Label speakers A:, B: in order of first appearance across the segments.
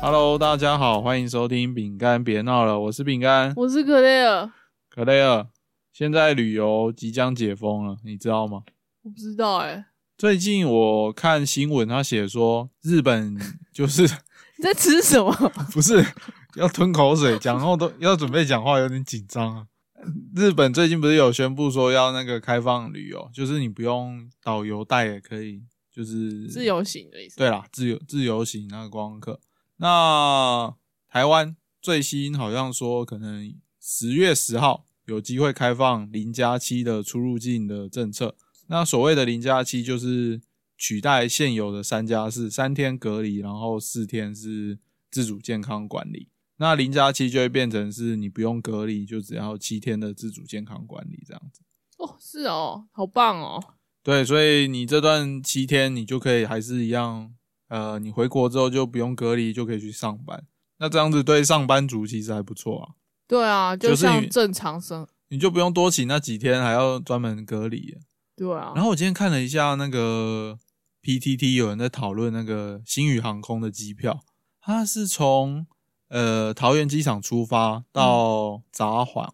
A: Hello，大家好，欢迎收听《饼干别闹了》，我是饼干
B: 我是克莱尔，
A: 可雷尔。现在旅游即将解封了，你知道吗？
B: 我不知道哎、
A: 最近我看新闻，他写说日本就是
B: 你在吃什 么？
A: 不是要吞口水，讲后都 要准备讲话，有点紧张啊。日本最近不是有宣布说要那个开放旅游，就是你不用导游带也可以，就是
B: 自由行的意思。
A: 对啦，自由自由行那个观光客。那台湾最新好像说，可能十月十号有机会开放零加七的出入境的政策。那所谓的零加七，就是取代现有的三加四，三天隔离，然后四天是自主健康管理。那零加七就会变成是你不用隔离，就只要七天的自主健康管理这样子。
B: 哦，是哦，好棒哦。
A: 对，所以你这段七天，你就可以还是一样，呃，你回国之后就不用隔离，就可以去上班。那这样子对上班族其实还不错啊，
B: 对啊，
A: 就
B: 就是
A: 你
B: 像正常生。
A: 你就不用多请那几天，还要专门隔离。
B: 对啊，
A: 然后我今天看了一下那个 PTT，有人在讨论那个星宇航空的机票，它是从呃桃园机场出发到札幌，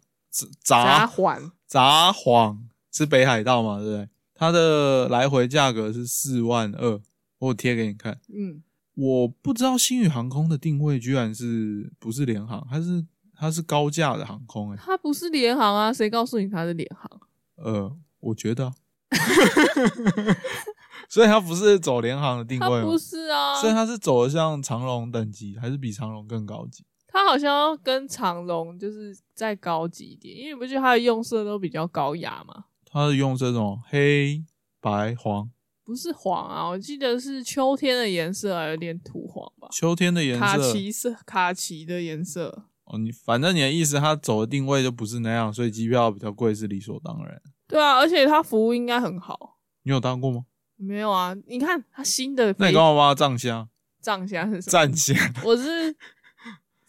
B: 杂
A: 札
B: 缓
A: 札幌是北海道嘛，对不对？它的来回价格是四万二，我贴给你看。
B: 嗯，
A: 我不知道星宇航空的定位居然是不是联航，它是它是高价的航空、欸，
B: 它不是联航啊，谁告诉你它是联航？
A: 呃，我觉 得啊、所以它不是走联航的定
B: 它
A: 位吗
B: 不？是啊，
A: 所以它是走的像长龙等级，还是比长龙更高级？
B: 它好像要跟长龙就是再高级一点，因为你不觉得它的用色都比较高雅吗？
A: 它是用这种黑白黄，
B: 不是黄啊，我记得是秋天的颜色啊，有点土黄吧，
A: 秋天的颜
B: 卡
A: 色。
B: 其色卡其的颜色。
A: 哦，你反正你的意思，它走的定位就不是那样，所以机票比较贵是理所当然。
B: 对啊，而且它服务应该很好。
A: 你有当过吗？
B: 没有啊，你看他新的
A: 那
B: 飞
A: 你跟我妈藏虾，
B: 帐下是什么？
A: 站虾，
B: 我是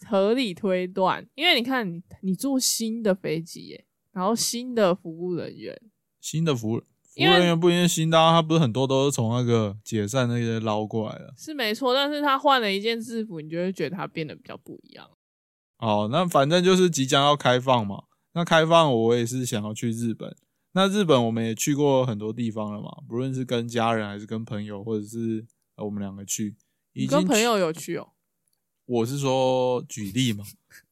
B: 合理推断，因为你看你你坐新的飞机耶，然后新的服务人员，
A: 新的服务服务
B: 因为
A: 人员不一定是新的、啊，他不是很多都是从那个解散那些捞过来的。
B: 是没错，但是他换了一件制服，你就会觉得他变得比较不一样。
A: 好，那反正就是即将要开放嘛。那开放我也是想要去日本。那日本我们也去过很多地方了嘛，不论是跟家人还是跟朋友，或者是呃我们两个去，已
B: 你
A: 经
B: 跟朋
A: 去
B: 友有去哦、
A: 我是说举例嘛，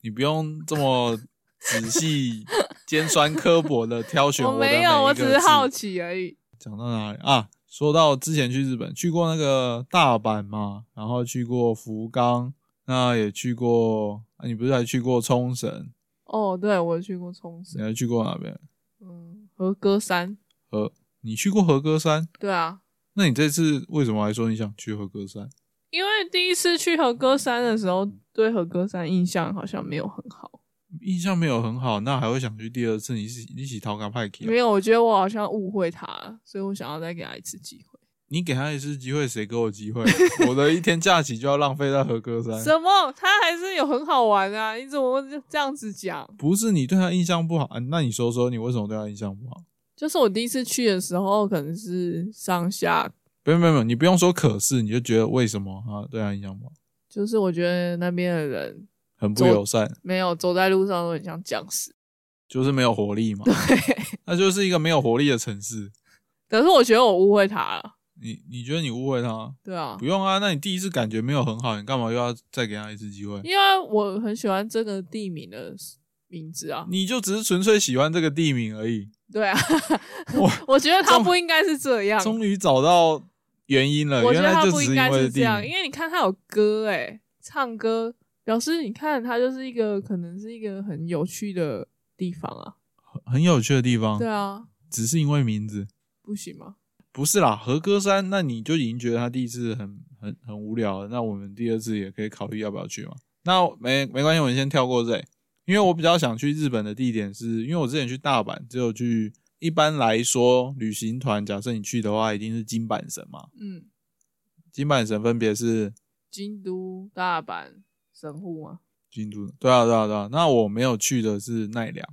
A: 你不用这么仔 细、尖酸刻薄的挑选
B: 我
A: 的每
B: 哦没
A: 一
B: 有，我
A: 个
B: 只是好
A: 字。
B: 奇而已。
A: 讲到哪里啊？说到之前去日本，去过那个大阪嘛，然后去过福冈，那也去过，啊、你不是还去过冲绳？
B: 哦，对，我有去过冲
A: 你
B: 绳，
A: 还去过哪边？
B: 嗯，和歌山，
A: 你去过和歌山？
B: 对啊，
A: 那你这次为什么还说你想去和歌山？
B: 因为第一次去和歌山的时候，对和歌山印象好像没有很好。
A: 印象没有很好，那还会想去第二次？你是你洗逃港派去啊
B: 没？有，我觉得我好像误会他了，所以我想要再给他一次机会。
A: 你给他一次机会，谁给我机会？ 我的一天假期就要浪费在和歌山。
B: 什么？他还是有很好玩啊！你怎么会这样子讲？
A: 不是你对他印象不好、啊，那你说说你为什么对他印象不好？
B: 就是我第一次去的时候，可能是上下，
A: 不用不用不用，你不用说可是，你就觉得为什么啊对他印象不好，
B: 就是我觉得那边的人
A: 很不
B: 走
A: 友善，
B: 没有走在路上都很像僵尸。
A: 就是没有活力嘛。那就是一个没有活力的城市。
B: 可是我觉得我误会他了，
A: 你你觉得你误会他？
B: 对啊
A: 不，用啊，那你第一次感觉没有很好，你干嘛又要再给他一次机会？
B: 因为我很喜欢这个地名的名字啊。
A: 你就只是纯粹喜欢这个地名而已。
B: 对啊，
A: 哇，
B: 我觉得他
A: 中
B: 不应该是这样，啊
A: 终于找到原因了，
B: 我觉
A: 呃原
B: 得
A: 来
B: 他
A: 就
B: 不
A: 只
B: 应
A: 因
B: 该
A: 为
B: 是
A: 地
B: 这样，
A: 名。
B: 因为你看他有歌诶、唱歌表示你看他就是一个可能是一个很有趣的地方啊。
A: 很有趣的地方。
B: 对啊，
A: 只是因为名字，
B: 不行吗？
A: 不是啦。和歌山，那你就已经觉得他第一次很很很无聊了，那我们第二次也可以考虑要不要去嘛。那没没关系，我们先跳过这里，因为我比较想去日本的地点是，因为我之前去大阪，只有去。一般来说，旅行团假设你去的话，一定是金板神嘛。
B: 嗯，
A: 金板神分别是
B: 京都、大阪、神户吗？
A: 京都，对啊，对啊，对啊。那我没有去的是奈良，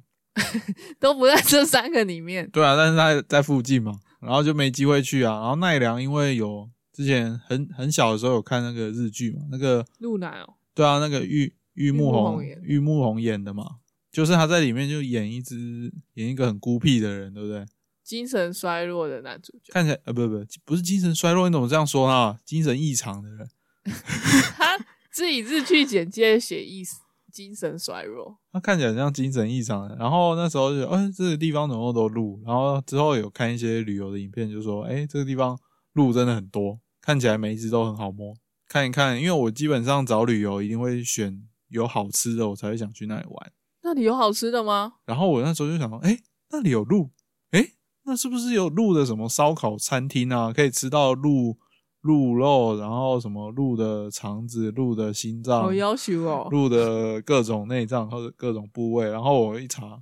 B: 都不在这三个里面。
A: 对啊，但是他在附近嘛，然后就没机会去啊。然后奈良因为有之前很很小的时候有看那个日剧嘛，那个
B: 鹿南哦，
A: 对啊，那个玉玉木
B: 木
A: 宏
B: 宏演
A: 玉木宏演的嘛，就是他在里面就演一只演一个很孤僻的人，对不对？
B: 精神衰弱的男主角，
A: 看起来呃不不不是精神衰弱，你怎么这样说他？精神异常的人，
B: 他自己自去简介写意思，精神衰弱。
A: 他看起来很像精神异常的。然后那时候就哎、这个地方怎么都路，然后之后有看一些旅游的影片，就说哎、这个地方路真的很多，看起来每一只都很好摸。看一看，因为我基本上找旅游一定会选有好吃的，我才会想去那里玩。
B: 那里有好吃的吗？
A: 然后我那时候就想说，哎、那里有鹿，哎、那是不是有鹿的什么烧烤餐厅啊？可以吃到鹿鹿肉，然后什么鹿的肠子、鹿的心脏、
B: 好要求哦，
A: 鹿的各种内脏或者各种部位。然后我一查，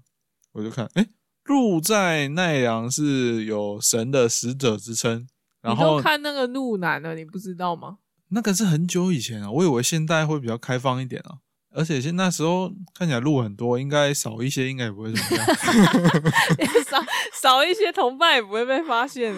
A: 我就看，哎、鹿在奈良是有神的使者之称。然
B: 你
A: 后
B: 都看那个路南了，你不知道吗？
A: 那个是很久以前啊，我以为现代会比较开放一点啊。而且现那时候看起来鹿很多，应该少一些应该也不会怎么样。
B: 少少一些同伴也不会被发现。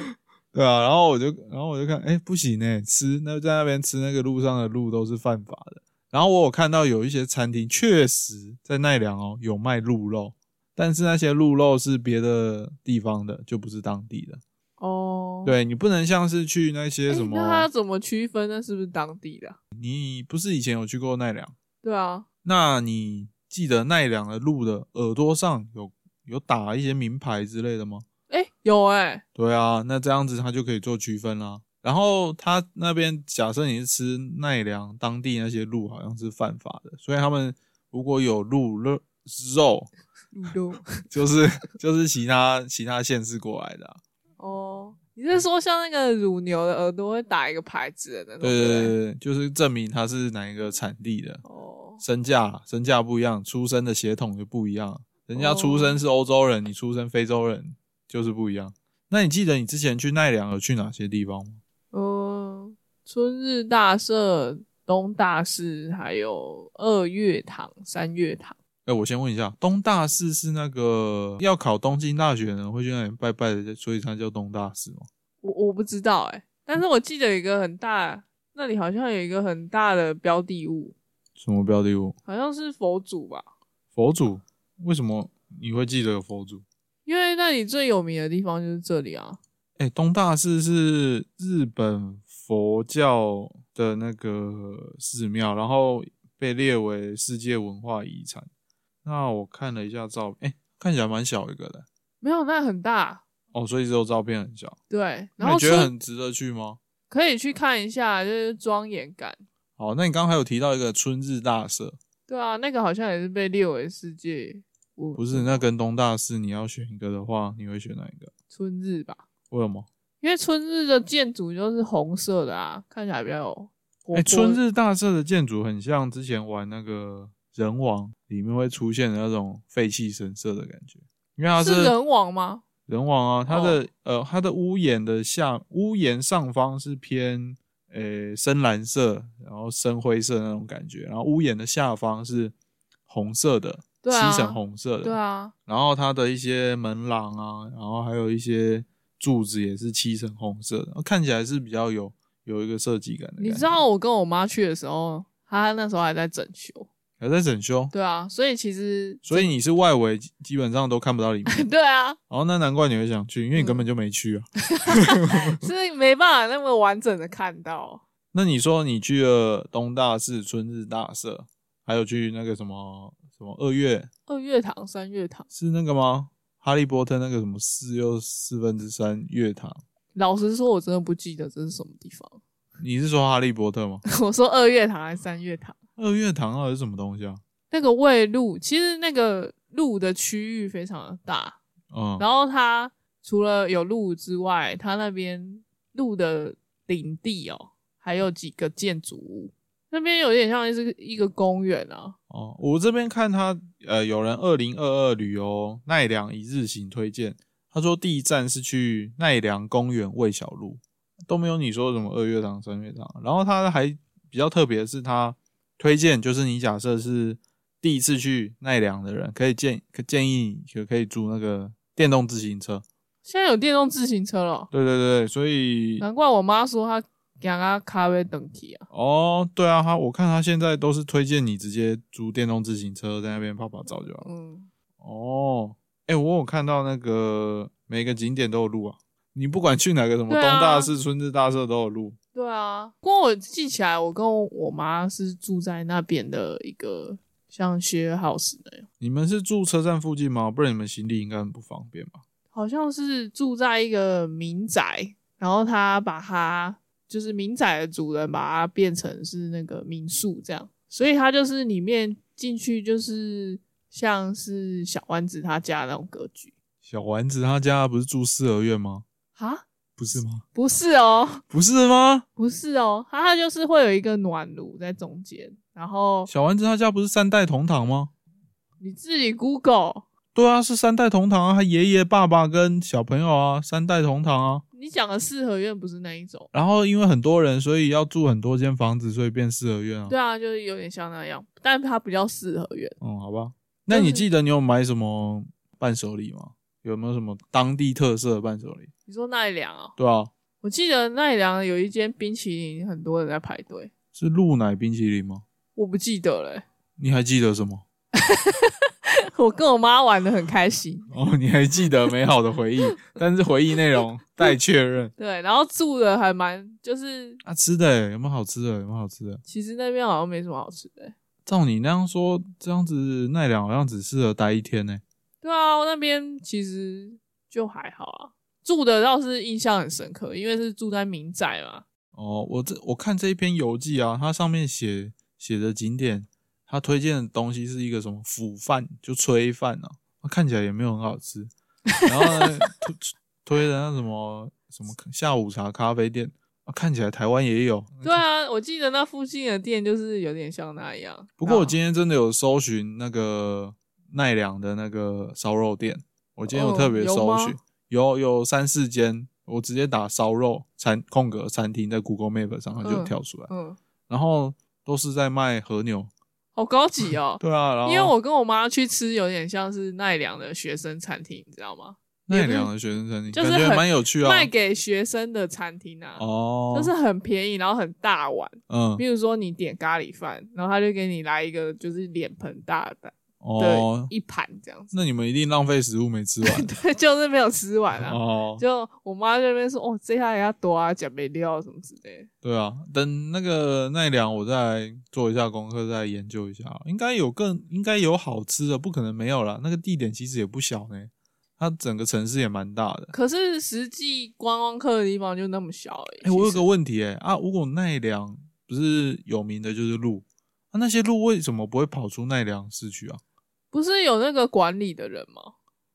A: 对啊，然后我就，然后我就看，哎，不行哎，吃那在那边吃那个路上的鹿都是犯法的。然后我有看到有一些餐厅确实在奈良哦有卖鹿肉，但是那些鹿肉是别的地方的，就不是当地的。
B: 哦，
A: 对你不能像是去那些
B: 诶，
A: 什么，
B: 那他怎么区分？那是不是当地的啊？
A: 你不是以前有去过奈良？
B: 对啊，
A: 那你记得奈良的鹿的耳朵上有有打一些名牌之类的吗？
B: 哎、有哎、
A: 对啊，那这样子它就可以做区分啦。然后他那边假设你是吃奈良当地那些鹿，好像是犯法的，所以他们如果有鹿肉肉，
B: 路都
A: 就是就是其他其他县市过来的啊、
B: 哦，你是说像那个乳牛的耳朵会打一个牌子的那种？
A: 对
B: 不
A: 对对对，就是证明它是哪一个产地的，
B: 哦，
A: 身价身价不一样，出生的血统就不一样，啊人家
B: 哦
A: 出生是欧洲人，你出生非洲人就是不一样。那你记得你之前去奈良有去哪些地方吗？
B: 嗯、春日大社、东大寺，还有二月堂、三月堂。
A: 哎、我先问一下，东大寺是那个要考东京大学的人会去那里拜拜的，所以它叫东大寺吗？
B: 我我不知道哎、但是我记得有一个很大，那里好像有一个很大的标的物，
A: 什么标的物？
B: 好像是佛祖吧。
A: 佛祖？为什么你会记得有佛祖？
B: 因为那里最有名的地方就是这里啊。
A: 哎、东大寺是日本佛教的那个寺庙，然后被列为世界文化遗产。那我看了一下照片，哎、看起来蛮小一个的
B: 没有，那很大，
A: 哦，所以只有照片很小。
B: 对。然
A: 那
B: 后
A: 你觉得
B: 春
A: 很值得去吗？
B: 可以去看一下，就是庄严感。
A: 好，那你刚刚还有提到一个春日大社，
B: 对啊，那个好像也是被列为世界文
A: 不是，那跟东大寺你要选一个的话，你会选哪一个？
B: 春日吧？
A: 为什么？
B: 因为春日的建筑就是红色的啊，看起来比较有活泼。
A: 哎、春日大社的建筑很像之前玩那个人王里面会出现的那种废弃神社的感觉，因为它
B: 是人王吗？
A: 人王啊，它的、
B: 哦
A: 呃它的屋檐的下屋檐上方是偏呃、深蓝色，然后深灰色那种感觉，然后屋檐的下方是红色的，
B: 对啊
A: 七成红色的，
B: 对啊，
A: 然后它的一些门廊啊，然后还有一些柱子也是漆成红色的，看起来是比较有有一个设计感的感觉。
B: 你知道我跟我妈去的时候，她那时候还在整修。
A: 还在整修，
B: 对啊，所以其实。
A: 所以你是外围基基本上都看不到里面
B: 对啊，
A: 哦，那难怪你会想去，因为你根本就没去啊。
B: 是没办法那么完整的看到。
A: 那你说你去了东大寺、春日大社，还有去那个什么什么二月
B: 二月堂、三月堂，
A: 是那个吗？哈利波特那个什么四又四分之三月堂，
B: 老实说，我真的不记得这是什么地方。
A: 你是说哈利波特吗？
B: 我说二月堂还是三月堂？
A: 二月堂到底是什么东西啊？
B: 那个卫路，其实那个路的区域非常的大，
A: 嗯，
B: 然后它除了有路之外，它那边路的领地哦，还有几个建筑物，那边有点像是一个公园啊。
A: 哦，我这边看他呃，有人二零二二旅游奈良一日行推荐，他说第一站是去奈良公园喂小鹿，都没有你说什么二月堂、三月堂。然后他还比较特别的是，他推荐就是你假设是第一次去奈良的人，可以建可建议可可以租那个电动自行车。
B: 现在有电动自行车了哦，
A: 对对对，所以
B: 难怪我妈说她给他咖啡等起啊。
A: 哦，对啊，他我看他现在都是推荐你直接租电动自行车在那边泡泡澡就好了。
B: 嗯，
A: 哦，哎、我有看到那个每个景点都有录啊，你不管去哪个什么
B: 对
A: 东
B: 啊
A: 大寺、春日大社都有录。
B: 对啊。不过我记起来，我跟我妈是住在那边的一个像 share house 那样，
A: 你们是住车站附近吗？不然你们行李应该很不方便吧？
B: 好像是住在一个民宅，然后他把它就是民宅的主人把它变成是那个民宿这样，所以它就是里面进去就是像是小丸子他家那种格局
A: 小丸子他家不是住四合院吗？
B: 啊。
A: 不是吗？
B: 不是哦，
A: 不是吗？
B: 不是哦，它就是会有一个暖炉在中间，然后
A: 小丸子他家不是三代同堂吗？
B: 你自己 Google，
A: 对啊，是三代同堂啊，他爷爷、爸爸跟小朋友啊，三代同堂啊。
B: 你讲的四合院不是那一种，
A: 然后因为很多人，所以要住很多间房子，所以变四合院啊。
B: 对啊，就是有点像那样，但它不叫四合院，
A: 嗯，好吧。那你记得你有买什么伴手礼吗？有没有什么当地特色的伴手礼？
B: 你说奈良啊、
A: 对啊，
B: 我记得奈良有一间冰淇淋，很多人在排队，
A: 是鹿奶冰淇淋吗？
B: 我不记得了欸、
A: 你还记得什么？
B: 我跟我妈玩的很开心，
A: 哦，你还记得美好的回忆，但是回忆内容待确认。
B: 对，然后住的还蛮，就是
A: 啊，吃的欸有没有好吃的？有没有好吃的？
B: 其实那边好像没什么好吃的欸、
A: 照你那样说，这样子奈良好像只适合待一天呢、欸
B: 对啊，那边其实就还好啊，住的倒是印象很深刻，因为是住在民宅嘛，
A: 哦，我这我看这一篇游记啊，它上面写写的景点，它推荐的东西是一个什么腐饭，就炊饭啊，看起来也没有很好吃。然后呢，推 推的那什么什么下午茶咖啡店啊，看起来台湾也有。
B: 对啊，我记得那附近的店就是有点像那样。
A: 不过我
B: 今
A: 今天真的有搜寻那个奈良的那个烧肉店，我今天有特别搜寻，
B: 哦
A: 有有三四间，我直接打烧肉餐空格餐厅在 Google Map 上，它就
B: 嗯
A: 跳出来，
B: 嗯，
A: 然后都是在卖和牛，。
B: 好高级哦
A: 对啊，然后
B: 因为我跟我妈去吃，有点像是奈良的学生餐厅，你知道吗？
A: 奈良的学生餐厅
B: 就是
A: 感觉
B: 很
A: 蛮有趣啊，
B: 卖给学生的餐厅啊，
A: 哦，
B: 就是很便宜，然后很大碗。
A: 嗯
B: 比如说你点咖喱饭，然后他就给你来一个就是脸盆大的的
A: 哦，
B: 一盘这样子，
A: 那你们一定浪费食物没吃完
B: 对，就是没有吃完啊。
A: 哦，
B: 就我妈在那边说，哦，这下人家多啊，讲没料什么之类的。
A: 对啊，等那个奈良，我再来做一下功课，再来研究一下啊，应该有更应该有好吃的，不可能没有啦。那个地点其实也不小呢，它整个城市也蛮大的。
B: 可是实际观光客的地方就那么小而已。
A: 哎、我有
B: 其实
A: 个问题哎、啊，如果奈良不是有名的就是鹿，啊、那些鹿为什么不会跑出奈良市区啊？
B: 不是有那个管理的人吗？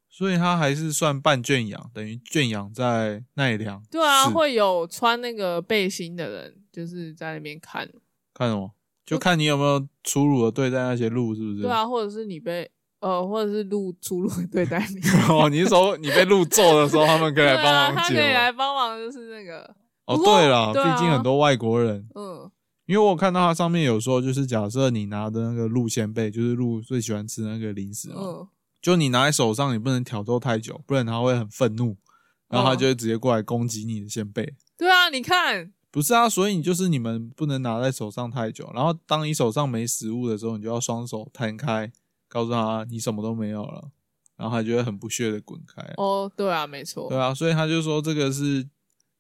A: 所以它还是算半圈养，等于圈养在奈良市。
B: 对啊，会有穿那个背心的人，就是在那边看。
A: 看什么？就看你有没有粗鲁的对待那些鹿，是不是？
B: 对啊，或者是你被呃，或者是路出路对待 你。
A: 哦，你是说你被鹿揍的时候，他们可以
B: 对
A: 来帮
B: 啊，
A: 忙
B: 他可
A: 解
B: 以
A: 围？
B: 来帮忙，就是那个
A: 哦，
B: 不过
A: 对了，
B: 对啊
A: 毕竟很多外国人，
B: 嗯
A: 因为我看到它上面有说，就是假设你拿的那个鹿仙贝，就是鹿最喜欢吃那个零食嘛，
B: 嗯，
A: 就你拿在手上，你不能挑逗太久，不然它会很愤怒，然后它
B: 哦
A: 就会直接过来攻击你的仙贝。
B: 对啊，你看，
A: 不是啊，所以你就是你们不能拿在手上太久，然后当你手上没食物的时候，你就要双手摊开，告诉他你什么都没有了，然后它就会很不屑的滚开。
B: 哦，对啊，没错，
A: 对啊，所以他就说这个是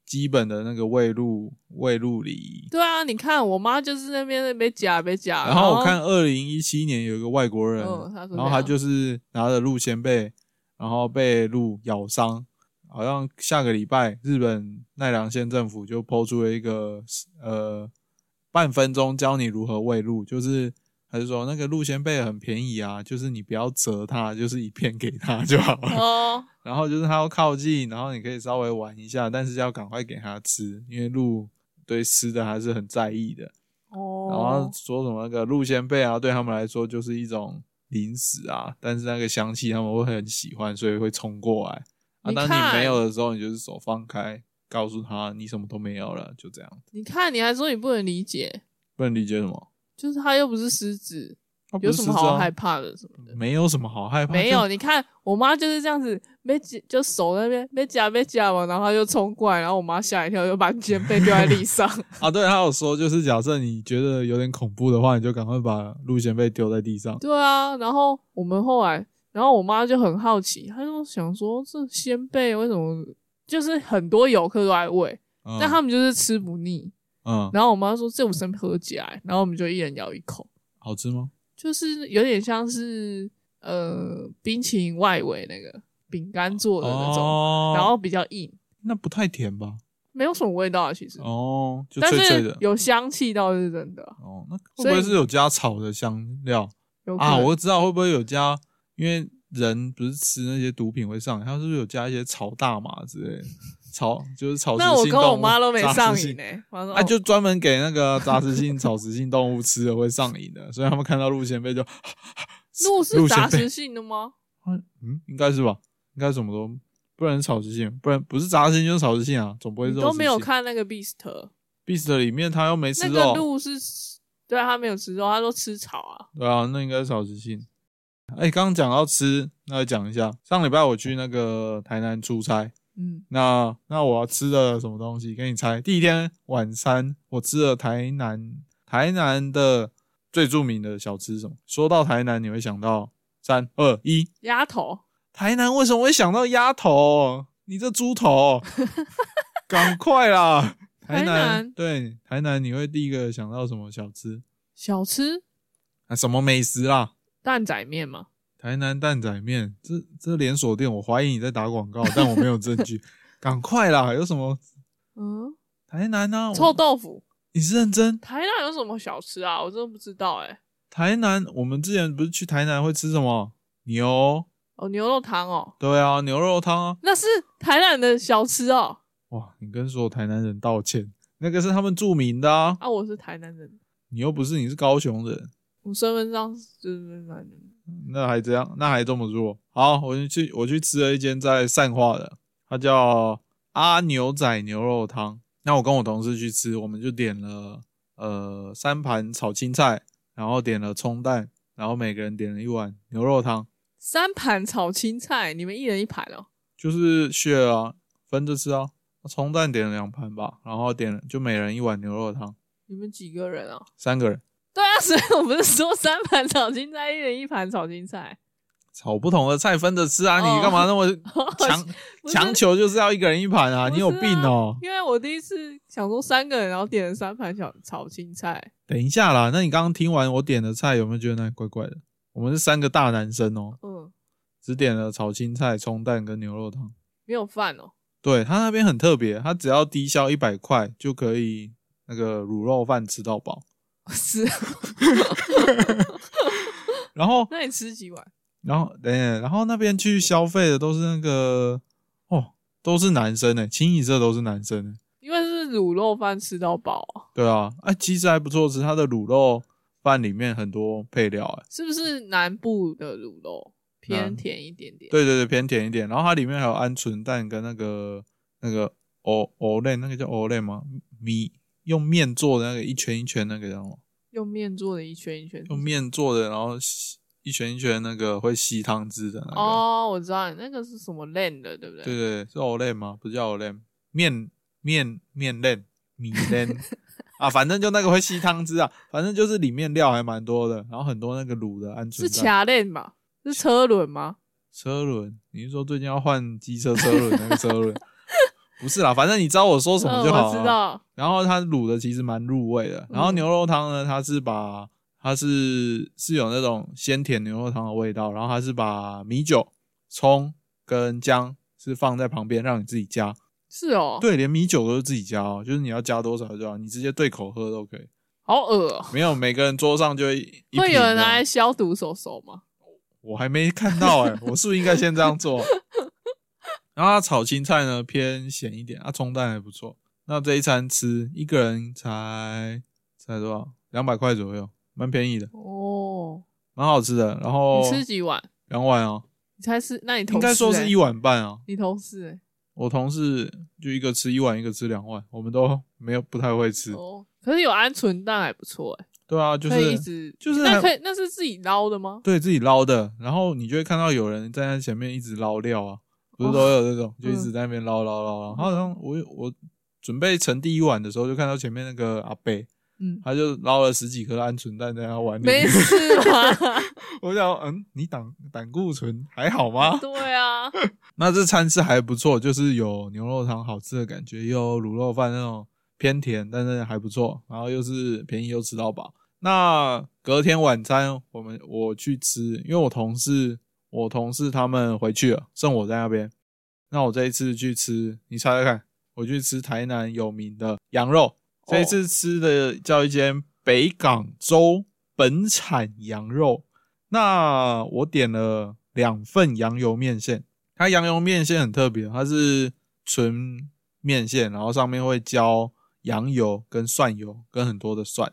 A: 基本的那个喂鹿喂鹿礼仪。
B: 对啊，你看我妈就是那边被夹被夹，
A: 然后我看二零一七年有一个外国人，
B: 嗯哦他说
A: 然后他
B: 怎样
A: 就是拿着鹿先被，然后被鹿咬伤，好像下个礼拜日本奈良县政府就抛出了一个呃半分钟教你如何喂鹿，就是他就说那个鹿先被很便宜啊，就是你不要折它，就是一片给它 就好了。
B: 哦，
A: 然后就是它要靠近，然后你可以稍微玩一下，但是要赶快给它吃，因为鹿对吃的还是很在意的。
B: 哦，
A: 然后说什么那个鹿仙贝啊，对他们来说就是一种零食啊，但是那个香气他们会很喜欢，所以会冲过来。啊，
B: 你
A: 当
B: 看
A: 你没有的时候，你就是手放开，告诉他你什么都没有了，就这样。
B: 你看你还说你不能理解，
A: 不能理解什么？
B: 就是它又不是狮子，
A: 他不
B: 有
A: 是
B: 什
A: 狮
B: 么
A: 子
B: 好害
A: 啊，
B: 怕的什么的？
A: 没有什么好害怕，
B: 没
A: 就
B: 有，你看我妈就是这样子，没夹就手那边没夹没夹嘛，然后她就冲过来，然后我妈吓一跳，就把肩被丢在 地上。
A: 啊，对，他有说，就是假设你觉得有点恐怖的话，你就赶快把路线被丢在地上。
B: 对啊，然后我们后来，然后我妈就很好奇，她就想说这鲜贝为什么就是很多游客都爱喂，
A: 嗯、
B: 但他们就是吃不腻。
A: 嗯，
B: 然后我妈说这五生合起来，然后我们就一人咬一口，
A: 好吃吗？
B: 就是有点像是呃冰淇淋外围那个饼干做的那种，
A: 哦，
B: 然后比较硬，
A: 那不太甜吧？
B: 没有什么味道啊其实，
A: 哦，就
B: 但
A: 脆脆
B: 是
A: 的。
B: 有香气倒是真的，
A: 哦，那会
B: 所
A: 不会
B: 以
A: 是有加炒的香料
B: 有可能
A: 啊？我知道会不会有加，因为人不是吃那些毒品会上瘾，他是不是有加一些炒大麻之类的？炒就是草食性
B: 那我跟我
A: 动物
B: 妈都没
A: 杂食
B: 上
A: 性
B: 瘾呢、欸，我说
A: 啊，
B: 哦
A: 就专门给那个杂食性、草食性动物吃的会上瘾的，所以他们看到鹿仙贝就
B: 鹿是杂
A: 仙贝
B: 食性 的吗？
A: 啊嗯，应该是吧，应该什么都不然是草食性，不然不是杂食性就是草食性啊，总不会
B: 你
A: 是
B: 都没有看那个 Beast，
A: Beast 里面他又没吃
B: 那个
A: 肉，
B: 鹿是对啊，它没有吃肉，它都吃草啊。
A: 对啊，那应该是草食性。哎、刚刚讲到吃，那来讲一下，上礼拜我去那个台南出差，
B: 嗯，
A: 那那我要吃的什么东西？给你猜，第一天晚餐我吃了台南台南的最著名的小吃是什么？说到台南，你会想到三二一，
B: 鸭头
A: 台南为什么会想到鸭头？你这猪头， 赶快啦！台
B: 台南
A: 对台南，你会第一个想到什么小吃
B: 小吃
A: 啊？什么美食啦？
B: 蛋仔面嘛，
A: 台南蛋仔面，这这连锁店，我怀疑你在打广告， 但我没有证 据。赶快啦！有什么
B: 嗯，
A: 台南呢、啊？
B: 臭
A: 我
B: 豆腐。
A: 你是认真？
B: 台南有什么小吃啊？我真的不知道哎、
A: 台南，我们之前不是去台南会吃什么牛？
B: 哦，牛肉汤哦，
A: 对啊，牛肉汤啊！
B: 那是台南的小吃哦。
A: 哇，你跟所有台南人道歉，那个是他们著名的啊。
B: 啊，我是台南人，
A: 你又不是你是高雄人，
B: 我身份上是就是台南人。
A: 那还这样，那还这么弱。好，我就去我去吃了一间在善化的，它叫阿牛仔牛肉汤。那我跟我同事去吃，我们就点了呃三盘炒青菜，然后点了葱蛋，然后每个人点了一碗牛肉汤，
B: 三盘炒青菜，你们一人一盘哦。
A: 就是血啊分着吃啊。葱蛋点了两盘吧，然后点了就每人一碗牛肉汤，
B: 你们几个人啊？
A: 三个人
B: 对啊， 所以我不是说三盘炒青菜，一人一盘炒青菜。
A: 炒不同的菜分着吃啊，
B: 哦
A: 你干嘛那么强
B: 不是
A: 强求就是要一个人一盘啊？
B: 不
A: 你有
B: 是啊
A: 病哦！
B: 因为我第一次想说三个人，然后点了三盘小炒青菜，
A: 等一下啦，那你刚刚听完我点的菜，有没有觉得那里怪怪的？我们是三个大男生哦，
B: 嗯，
A: 只点了炒青菜、葱蛋跟牛肉汤。
B: 没有饭哦，
A: 对他那边很特别，他只要低消一百块就可以那个卤肉饭吃到饱。
B: 是，啊
A: 然后，
B: 那你吃几碗？
A: 然后，等一下，然后那边去消费的都是那个哦，都是男生呢，清一色都是男生呢。
B: 因为是卤肉饭吃到饱啊、
A: 对啊，哎，其实还不错吃，他的卤肉饭里面很多配料哎。
B: 是不是南部的卤肉偏甜一点点？，
A: 对对对，偏甜一点。然后它里面还有鹌鹑蛋跟那个那个藕藕类，那个叫藕类吗？米用面做的那个一圈一圈那个叫什么？
B: 用面做的一圈一圈。
A: 用面做的，然后吸一圈一圈那个会吸汤汁的那个。
B: 哦，我知道你那个是什么烂的，对不对？
A: 对对对，是藕类吗？不叫藕类，面面面类米类啊，反正就那个会吸汤汁啊，反正就是里面料还蛮多的，然后很多那个卤的鹌
B: 是
A: 鹑蛋。
B: 卡烂吧？是车轮吗？
A: 车轮，你是说最近要换机车车轮那个车 轮？不是啦，反正你知道我说什么就
B: 嗯
A: 好啊
B: 我
A: 了。
B: 知道，
A: 然后它卤的其实蛮入味的。然后
B: 嗯
A: 牛肉汤呢，它是把它是是有那种鲜甜牛肉汤的味道，然后它是把米酒、葱跟姜是放在旁边让你自己加。
B: 是哦，
A: 对，连米酒都是自己加哦，就是你要加多少就好，你直接对口喝都可以。
B: 好恶哦、
A: 没有，每个人桌上就会一
B: 会
A: 瓶
B: 有
A: 这样
B: 人拿来消毒手手吗？
A: 我还没看到哎、我是不是应该先这样做？ 然后它炒青菜呢偏咸一点，啊，葱蛋还不错。那这一餐吃一个人才才多少？两百块左右，蛮便宜的，
B: 哦，
A: 蛮好吃的。然后
B: 你吃几碗？
A: 两碗哦，
B: 你才是？那你同
A: 应
B: 事、
A: 该说
B: 欸
A: 是一碗半啊。
B: 你同事、欸、
A: 我同事就一个吃一碗，一个吃两碗，我们都没有不太会吃。
B: 哦，可是有鹌鹑蛋还不错哎、
A: 对啊，就
B: 可哦以一
A: 是
B: 直
A: 就是
B: 那
A: 还
B: 可以那是自己捞的吗？
A: 对自己捞的，然后你就会看到有人站在前面一直捞料啊，不是都有这种，就
B: 哦
A: 一直
B: 嗯
A: 在那边捞捞捞捞。他好像我我准备盛第一碗的时候，就看到前面那个阿贝，
B: 嗯，
A: 他就捞了十几颗鹌鹑蛋在他碗里。
B: 没事吧？
A: 我想，嗯，你胆胆固醇还好吗？
B: 对啊，
A: 那这餐是还不错，就是有牛肉汤好吃的感觉，也有卤肉饭那种偏甜，但是还不错，然后又是便宜又吃到饱。那隔天晚餐我们我去吃，因为我同事我同事他们回去了，剩我在那边。那我这一次去吃，你猜猜看，我去吃台南有名的羊肉，这一次吃的叫一间北港州本产羊肉。那我点了两份羊油面线，它羊油面线很特别，它是纯面线，然后上面会浇羊油跟蒜油跟很多的蒜，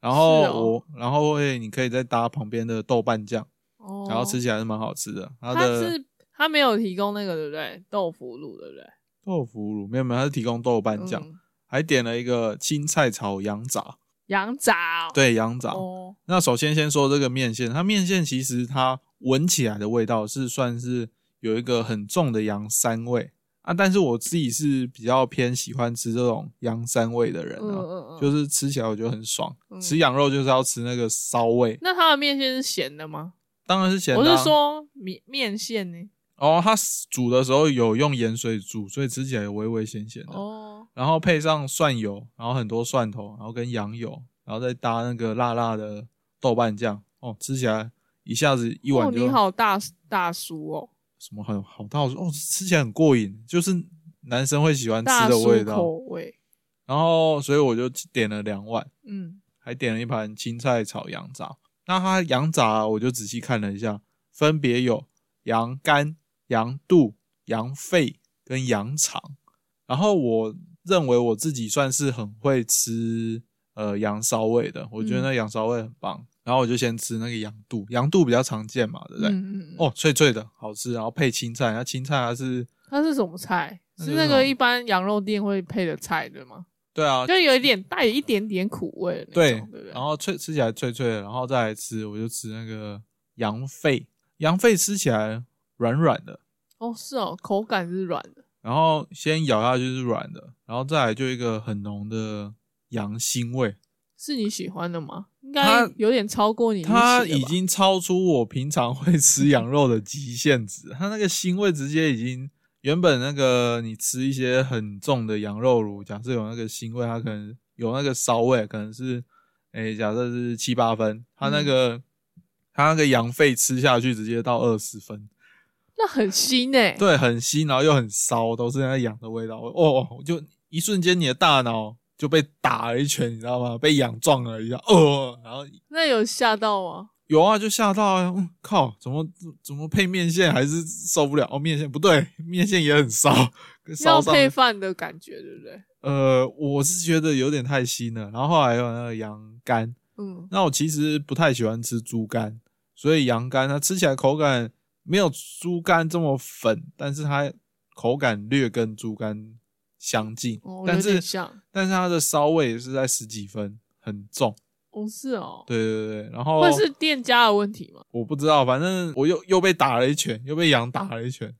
A: 然后
B: 是哦
A: 我、然后会你可以再搭旁边的豆瓣酱，
B: 哦，
A: 然后吃起来是蛮好吃的。它
B: 他
A: 的
B: 是他没有提供那个对不对？豆腐乳对不对？
A: 豆腐乳没有没有，它是提供豆瓣酱，
B: 嗯
A: 还点了一个青菜炒羊杂，
B: 羊杂哦
A: 对羊杂。
B: 哦，
A: 那首先先说这个面线，它面线其实它闻起来的味道是算是有一个很重的羊膻味啊，但是我自己是比较偏喜欢吃这种羊膻味的人
B: 嗯
A: 啊，
B: 嗯嗯，
A: 就是是吃起来我觉得很爽。
B: 嗯
A: 吃羊肉就是要吃那个骚味，
B: 那它的面线是咸的吗？
A: 当然是咸的
B: 我
A: 啊、
B: 是说面面线呢？
A: 哦，它煮的时候有用盐水煮，所以吃起来微微咸咸的。
B: 哦，
A: 然后配上蒜油，然后很多蒜头，然后跟羊油，然后再搭那个辣辣的豆瓣酱，哦，吃起来一下子一碗
B: 哦，
A: 就、
B: 你好大大叔哦，
A: 什么很好到哦，吃起来很过瘾，就是男生会喜欢吃
B: 大
A: 的味
B: 叔
A: 道
B: 口。味，
A: 然后，所以我就点了两碗，
B: 嗯，
A: 还点了一盘青菜炒羊杂。那它羊杂我就仔细看了一下，分别有羊肝、羊肚、羊肺跟羊肠。然后我认为我自己算是很会吃呃羊骚味的，我觉得
B: 嗯
A: 那羊骚味很棒。然后我就先吃那个羊肚，羊肚比较常见嘛，对不对？
B: 嗯嗯，嗯，
A: 哦，脆脆的，好吃，然后配青菜，那青菜它是，
B: 它是什么菜？
A: 那
B: 是
A: 就是
B: 那
A: 那
B: 个
A: 种
B: 一般羊肉店会配的菜对吗？
A: 对啊，
B: 就有一点带一点点苦味的那
A: 对
B: 种，对不对？
A: 然后脆吃起来脆脆的，然后再来吃，我就吃那个羊肺，羊肺吃起来软软的，
B: 哦，是哦，口感是软的，
A: 然后先咬下去是软的，然后再来就一个很浓的羊腥味，
B: 是你喜欢的吗？应该
A: 它
B: 有点超过你预期的吧
A: 它已经超出我平常会吃羊肉的极限 值，它那个腥味直接已经。原本那个你吃一些很重的羊肉乳，假设有那个腥味，它可能有那个骚味，可能是，诶、假设是七八分，它那个、
B: 嗯
A: 它那个羊肺吃下去直接到二十分，
B: 那很欸腥诶、
A: 对，很腥，然后又很骚，都是那羊的味道。我哦，我就一瞬间你的大脑就被打了一拳，你知道吗？被羊撞了一下，哦，然后
B: 那有吓到吗？
A: 有啊，就吓到啊！嗯靠，怎么怎么配面线还是受不了？哦，面线不对，面线也很骚，跟烧
B: 要
A: 上
B: 配饭的感觉，对不对？
A: 呃，我是觉得有点太腥了。然后后来有那个羊肝，
B: 嗯，
A: 那我其实不太喜欢吃猪肝，所以羊肝它吃起来口感没有猪肝这么粉，但是它口感略跟猪肝相近，
B: 哦，
A: 但
B: 有点
A: 是
B: 像，
A: 但是它的骚味也是在十几分，很重。
B: 哦，是哦，
A: 对对对，对然后
B: 会是店家的问题吗？
A: 我不知道，反正我又又被打了一拳，又被羊打了一拳，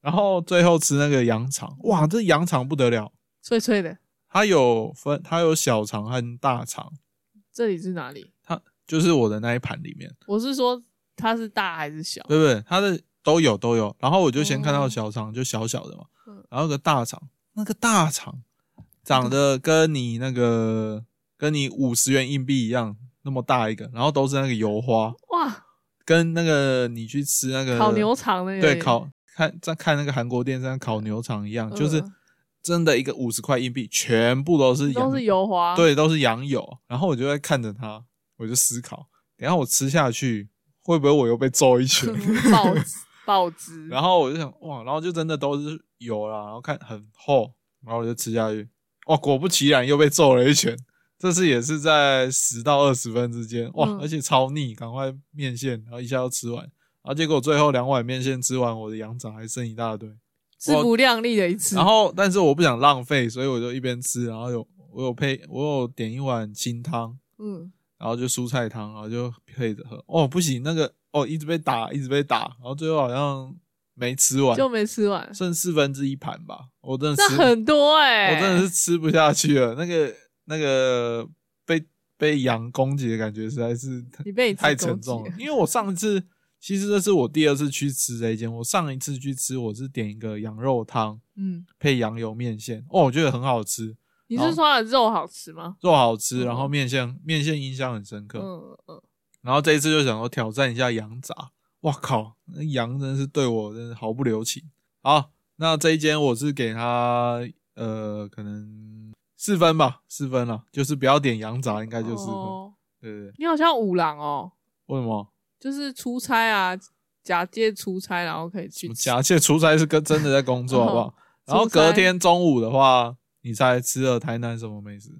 A: 然后最后吃那个羊肠，哇，这羊肠不得了，
B: 脆脆的，
A: 它有分，它有小肠和大肠，
B: 这里是哪里？
A: 就是我的那一盘里面，
B: 我是说它是大还是小？
A: 对不对？它的都有都有，然后我就先看到
B: 哦
A: 小肠，就小小的嘛
B: 嗯，
A: 然后有个大肠，那个大肠长得跟你那个跟你五十元硬币一样那么大一个，然后都是那个油花，
B: 哇，
A: 跟那个你去吃那个
B: 烤牛肠那个
A: 呃对，烤看在看那个韩国电视上烤牛肠一样，就是
B: 嗯
A: 真的一个五十块硬币，全部都是羊，
B: 都是油花，，
A: 对，都是羊油。然后我就在看着它，我就思考，等一下我吃下去会不会我又被揍一 拳？
B: 爆汁爆 汁，
A: 然后我就想，哇，然后就真的都是油啦，然后看很厚，然后我就吃下去，哇，果不其然又被揍了一拳。这次也是在十到二十分之间，哇，
B: 嗯
A: 而且超腻，赶快面线，然后一下就吃完，然后结果最后两碗面线吃完，我的羊杂还剩一大堆。
B: 自不量力的一次，
A: 然后，但是我不想浪费，所以我就一边吃，然后有我有配，我有点一碗清汤，
B: 嗯，
A: 然然后就蔬菜汤，然后就配着喝。哦，不行，那个哦一直被打，一直被打，然后最后好像没吃完，
B: 就没吃 完，
A: 剩四分之一盘吧。我真的
B: 那
A: 吃，
B: 很多哎、
A: 我真的是吃不下去了。那个那个被被羊攻击的感觉实在是太
B: 你被你自己
A: 太沉重
B: 攻击
A: 了
B: 了。
A: 因为我上一次，其实这是我第二次去吃这一间。我上一次去吃，我是点一个羊肉汤
B: 嗯，
A: 配羊油面线，哦，我觉得很好吃，
B: 你是说它的肉好吃吗？
A: 肉好吃，
B: 嗯
A: 然后面线面线印象很深刻。
B: 嗯嗯，
A: 然后这一次就想说挑战一下羊杂，哇靠，那羊真的是对我真的毫不留情。好，那这一间我是给他呃可能四分吧，四分了，就是不要点羊杂，应该就四分，
B: 哦、
A: 对对对？
B: 你好像五郎哦，
A: 为什么？
B: 就是出差啊，假借出差然后可以去吃。
A: 假借出差是跟真的在工作，好不好？然后
B: 哦出差
A: 隔天中午的话，你猜吃了台南什么美食？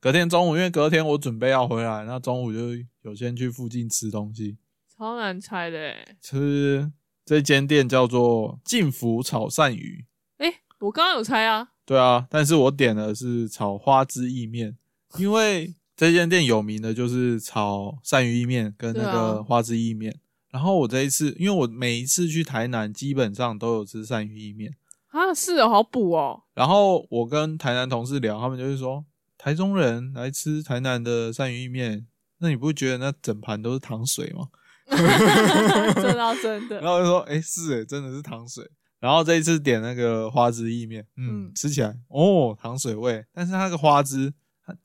A: 隔天中午，因为隔天我准备要回来，那中午就有先去附近吃东西，
B: 超难猜的哎、
A: 吃这间店叫做晋福炒鳝鱼，
B: 欸，我刚刚有猜啊，
A: 对啊，但是我点的是炒花枝意面，因为这间店有名的就是炒鳝鱼意面跟那
B: 对
A: 个
B: 啊
A: 花枝意面。然后我这一次，因为我每一次去台南，基本上都有吃鳝鱼意面。
B: 啊是哦，好补哦，
A: 然后我跟台南同事聊，他们就是说，台中人来吃台南的鳝鱼意面，那你不觉得那整盘都是糖水吗？
B: 真的啊真
A: 然
B: 的，
A: 后我就说，哎、是哎、真的是糖水。然后这一次点那个花枝意面，嗯，
B: 嗯
A: 吃起来哦，糖水味，但是它那个花枝，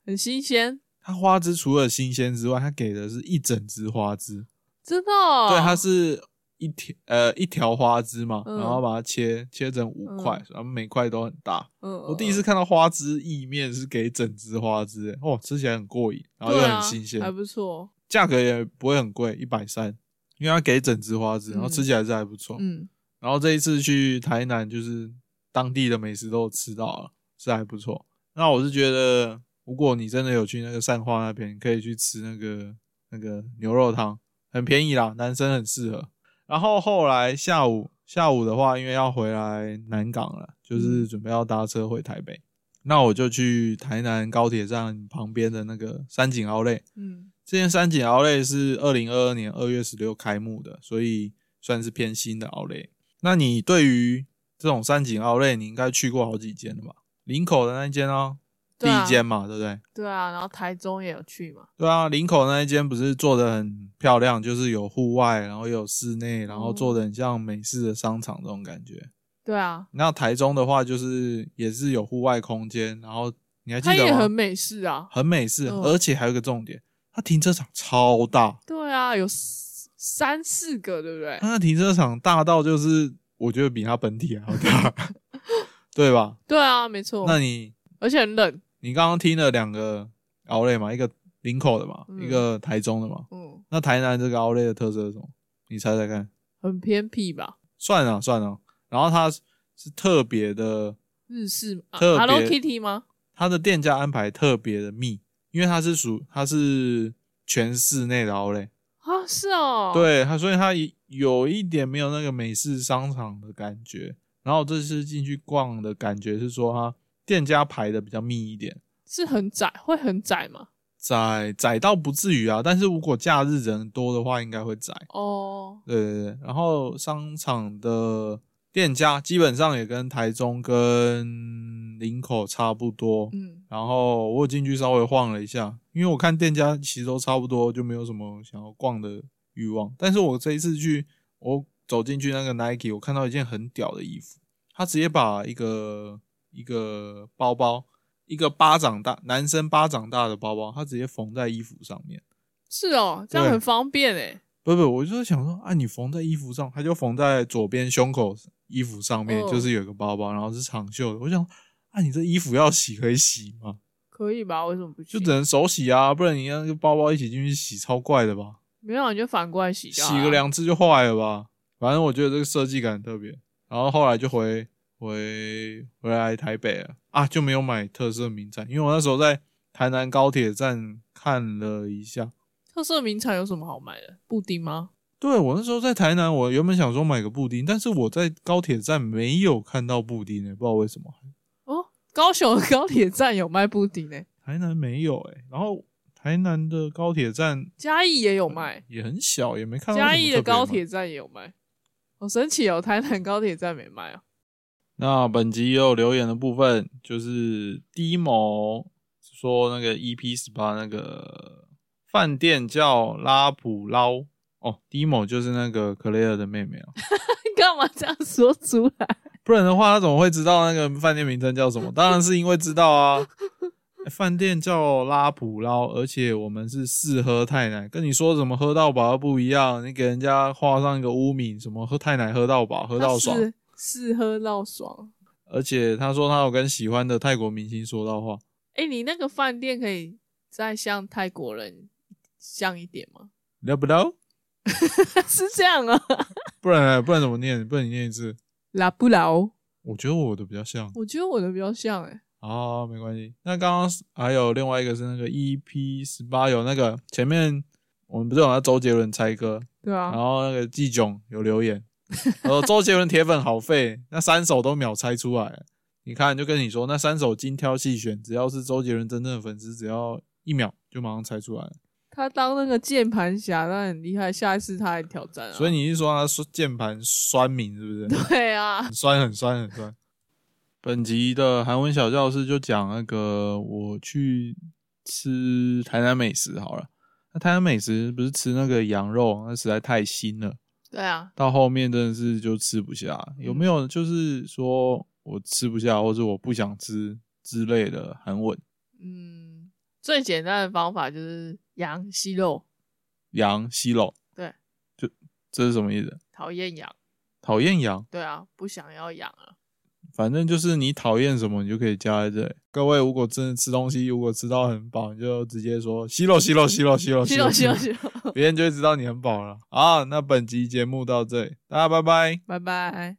B: 很新鲜，
A: 它花枝除了新鲜之外，它给的是一整只花枝，
B: 真的、哦。
A: 对，它是一条呃一条花枝嘛，
B: 嗯
A: 然后把它切切成五块，
B: 嗯
A: 然后每块都很大，
B: 嗯，嗯
A: 我第一次看到花枝意面是给整只花枝、欸，哦，吃起来很过瘾，然后又
B: 对啊
A: 很新鲜，哦
B: 还不错。
A: 价格也不会很贵，一百三，因为它给整只花枝，然后吃起来是还不错。
B: 嗯，
A: 然后这一次去台南，就是当地的美食都有吃到了，是还不错。那我是觉得，如果你真的有去那个善化那边，你可以去吃那个那个牛肉汤，很便宜啦，男生很适合。然后后来下午下午的话，因为要回来南港了，就是准备要搭车回台北，那我就去台南高铁站旁边的那个三井奥莱。
B: 嗯，
A: 这间三井奥莱是二零二二年二月十六开幕的，所以算是偏新的奥莱。那你对于这种三井奥莱，你应该去过好几间了吧？林口的那一间哦，第
B: 对啊
A: 一间嘛，对不对？
B: 对啊，然后台中也有去嘛，
A: 对啊，林口那一间不是做的很漂亮，就是有户外，然后也有室内，然后做的很像美式的商场这种感觉。
B: 对啊，
A: 那台中的话，就是也是有户外空间，然后你还记
B: 它
A: 得
B: 也
A: 吗？
B: 很美式啊，
A: 很美式，
B: 嗯
A: 而且还有一个重点，它停车场超大。
B: 对啊，有四三四个，对不对？
A: 它的停车场大到就是，我觉得比它本体还要大， 对吧？
B: 对啊，没错，
A: 那你
B: 而且很冷，
A: 你刚刚听了两个奥莱嘛，一个林口的嘛，
B: 嗯
A: 一个台中的嘛。
B: 嗯，
A: 那台南这个奥莱的特色是什么？你猜猜看。
B: 很偏僻吧，
A: 算了算了，然后它是特别的，
B: 日式、啊、
A: 特别
B: Hello Kitty 吗？
A: 它的店家安排特别的密，因为它是属它是全室内的奥莱，
B: 啊，是哦，，
A: 对它，所以它也有一点没有那个美式商场的感觉。然后这次进去逛的感觉是说，它店家排的比较密一点，
B: 是很窄，会很窄吗？
A: 窄窄到不至于啊，但是如果假日人多的话，应该会窄。
B: 哦，
A: 对对对，然后商场的店家基本上也跟台中跟林口差不多。
B: 嗯，
A: 然后我有进去稍微晃了一下，因为我看店家其实都差不多，就没有什么想要逛的欲望。但是我这一次去，我走进去那个 Nike，我看到一件很屌的衣服，他直接把一个一个包包，一个巴掌大男生巴掌大的包包，他直接缝在衣服上面。
B: 是哦，这样
A: 对
B: 很方便欸诶。
A: 不不，我就想说啊，你缝在衣服上，它就缝在左边胸口衣服上面，
B: 嗯
A: 就是有一个包包，然后是长袖的。我想啊，你这衣服要洗可以洗吗？
B: 可以吧？为什么不
A: 就
B: 去？
A: 只能手洗啊，不然你那个包包一起进去洗，超怪的吧？
B: 没有，啊你就反过来洗啊就好
A: 洗个
B: 了
A: 两次就坏了吧？反正我觉得这个设计感很特别。然后后来就回回回来台北了啊，就没有买特色名产，因为我那时候在台南高铁站看了一下。
B: 特色名产有什么好买的？布丁吗？
A: 对我那时候在台南，我原本想说买个布丁，但是我在高铁站没有看到布丁欸诶、不知道为什么
B: 哦，高雄的高铁站有卖布丁诶。
A: 欸台南没有诶、然后台台南的高铁站
B: 嘉义也有卖，
A: 也很小，也没看到
B: 哎嘉
A: 什么
B: 义
A: 特别
B: 的高
A: 嘛
B: 铁站也有卖，好神奇哦！台南高铁站没卖哦。
A: 那本集也有留言的部分，就是第一某说那个 EP 十八那个饭店叫拉普捞哦，第一某就是那个克雷尔的妹妹啊，
B: 你干嘛这样说出来？
A: 不然的话他怎么会知道那个饭店名称叫什么？当然是因为知道啊，欸饭店叫拉普捞，而且我们是试喝太奶，跟你说怎么喝到饱又不一样，你给人家画上一个污名，什么喝太奶喝到饱，喝到爽。
B: 啊是是喝到爽。
A: 而且他说他有跟喜欢的泰国明星说到话。
B: 哎、你那个饭店可以再像泰国人像一点吗？
A: 了不了？
B: 是这样啊，
A: 不然不然怎么念？不然你念一次。
B: 拉布劳，
A: 我觉得我的比较像
B: 我觉得我的比较像哎、
A: 啊，没关系。那刚刚是还有另外一个是那个 EP 十八有那个前面我们不是有那周杰伦猜歌，
B: 对
A: 然
B: 啊，
A: 后那个季囧有留言，呃，周杰伦铁粉好废，那三首都秒猜出来。你看，就跟你说，那三首精挑细选，只要是周杰伦真正的粉丝，只要一秒就马上猜出来了。
B: 他当那个键盘侠，那很厉害。下一次他来挑战啊，
A: 所以你是说他说键盘酸民是不是？
B: 对啊，
A: 很酸，很酸，很酸。 本集的韩文小教室就讲那个我去吃台南美食好了。那台南美食不是吃那个羊肉，那实在太腥了，
B: 对啊，
A: 到后面真的是就吃不下。有没有就是说我吃不下，或者我不想吃之类的韩文？
B: 嗯，最简单的方法就是羊息肉，
A: 羊西肉，
B: 对，
A: 就这是什么意思？
B: 讨厌羊，
A: 讨厌羊，
B: 对啊，不想要羊啊，
A: 反正就是你讨厌什么，你就可以加在这里。各位如果真的吃东西，如果吃到很饱，你就直接说吸肉吸肉吸肉吸 肉
B: 息肉息肉息肉，
A: 别人就会知道你很饱了。好，那本集节目到这里，大家拜拜。
B: 拜拜。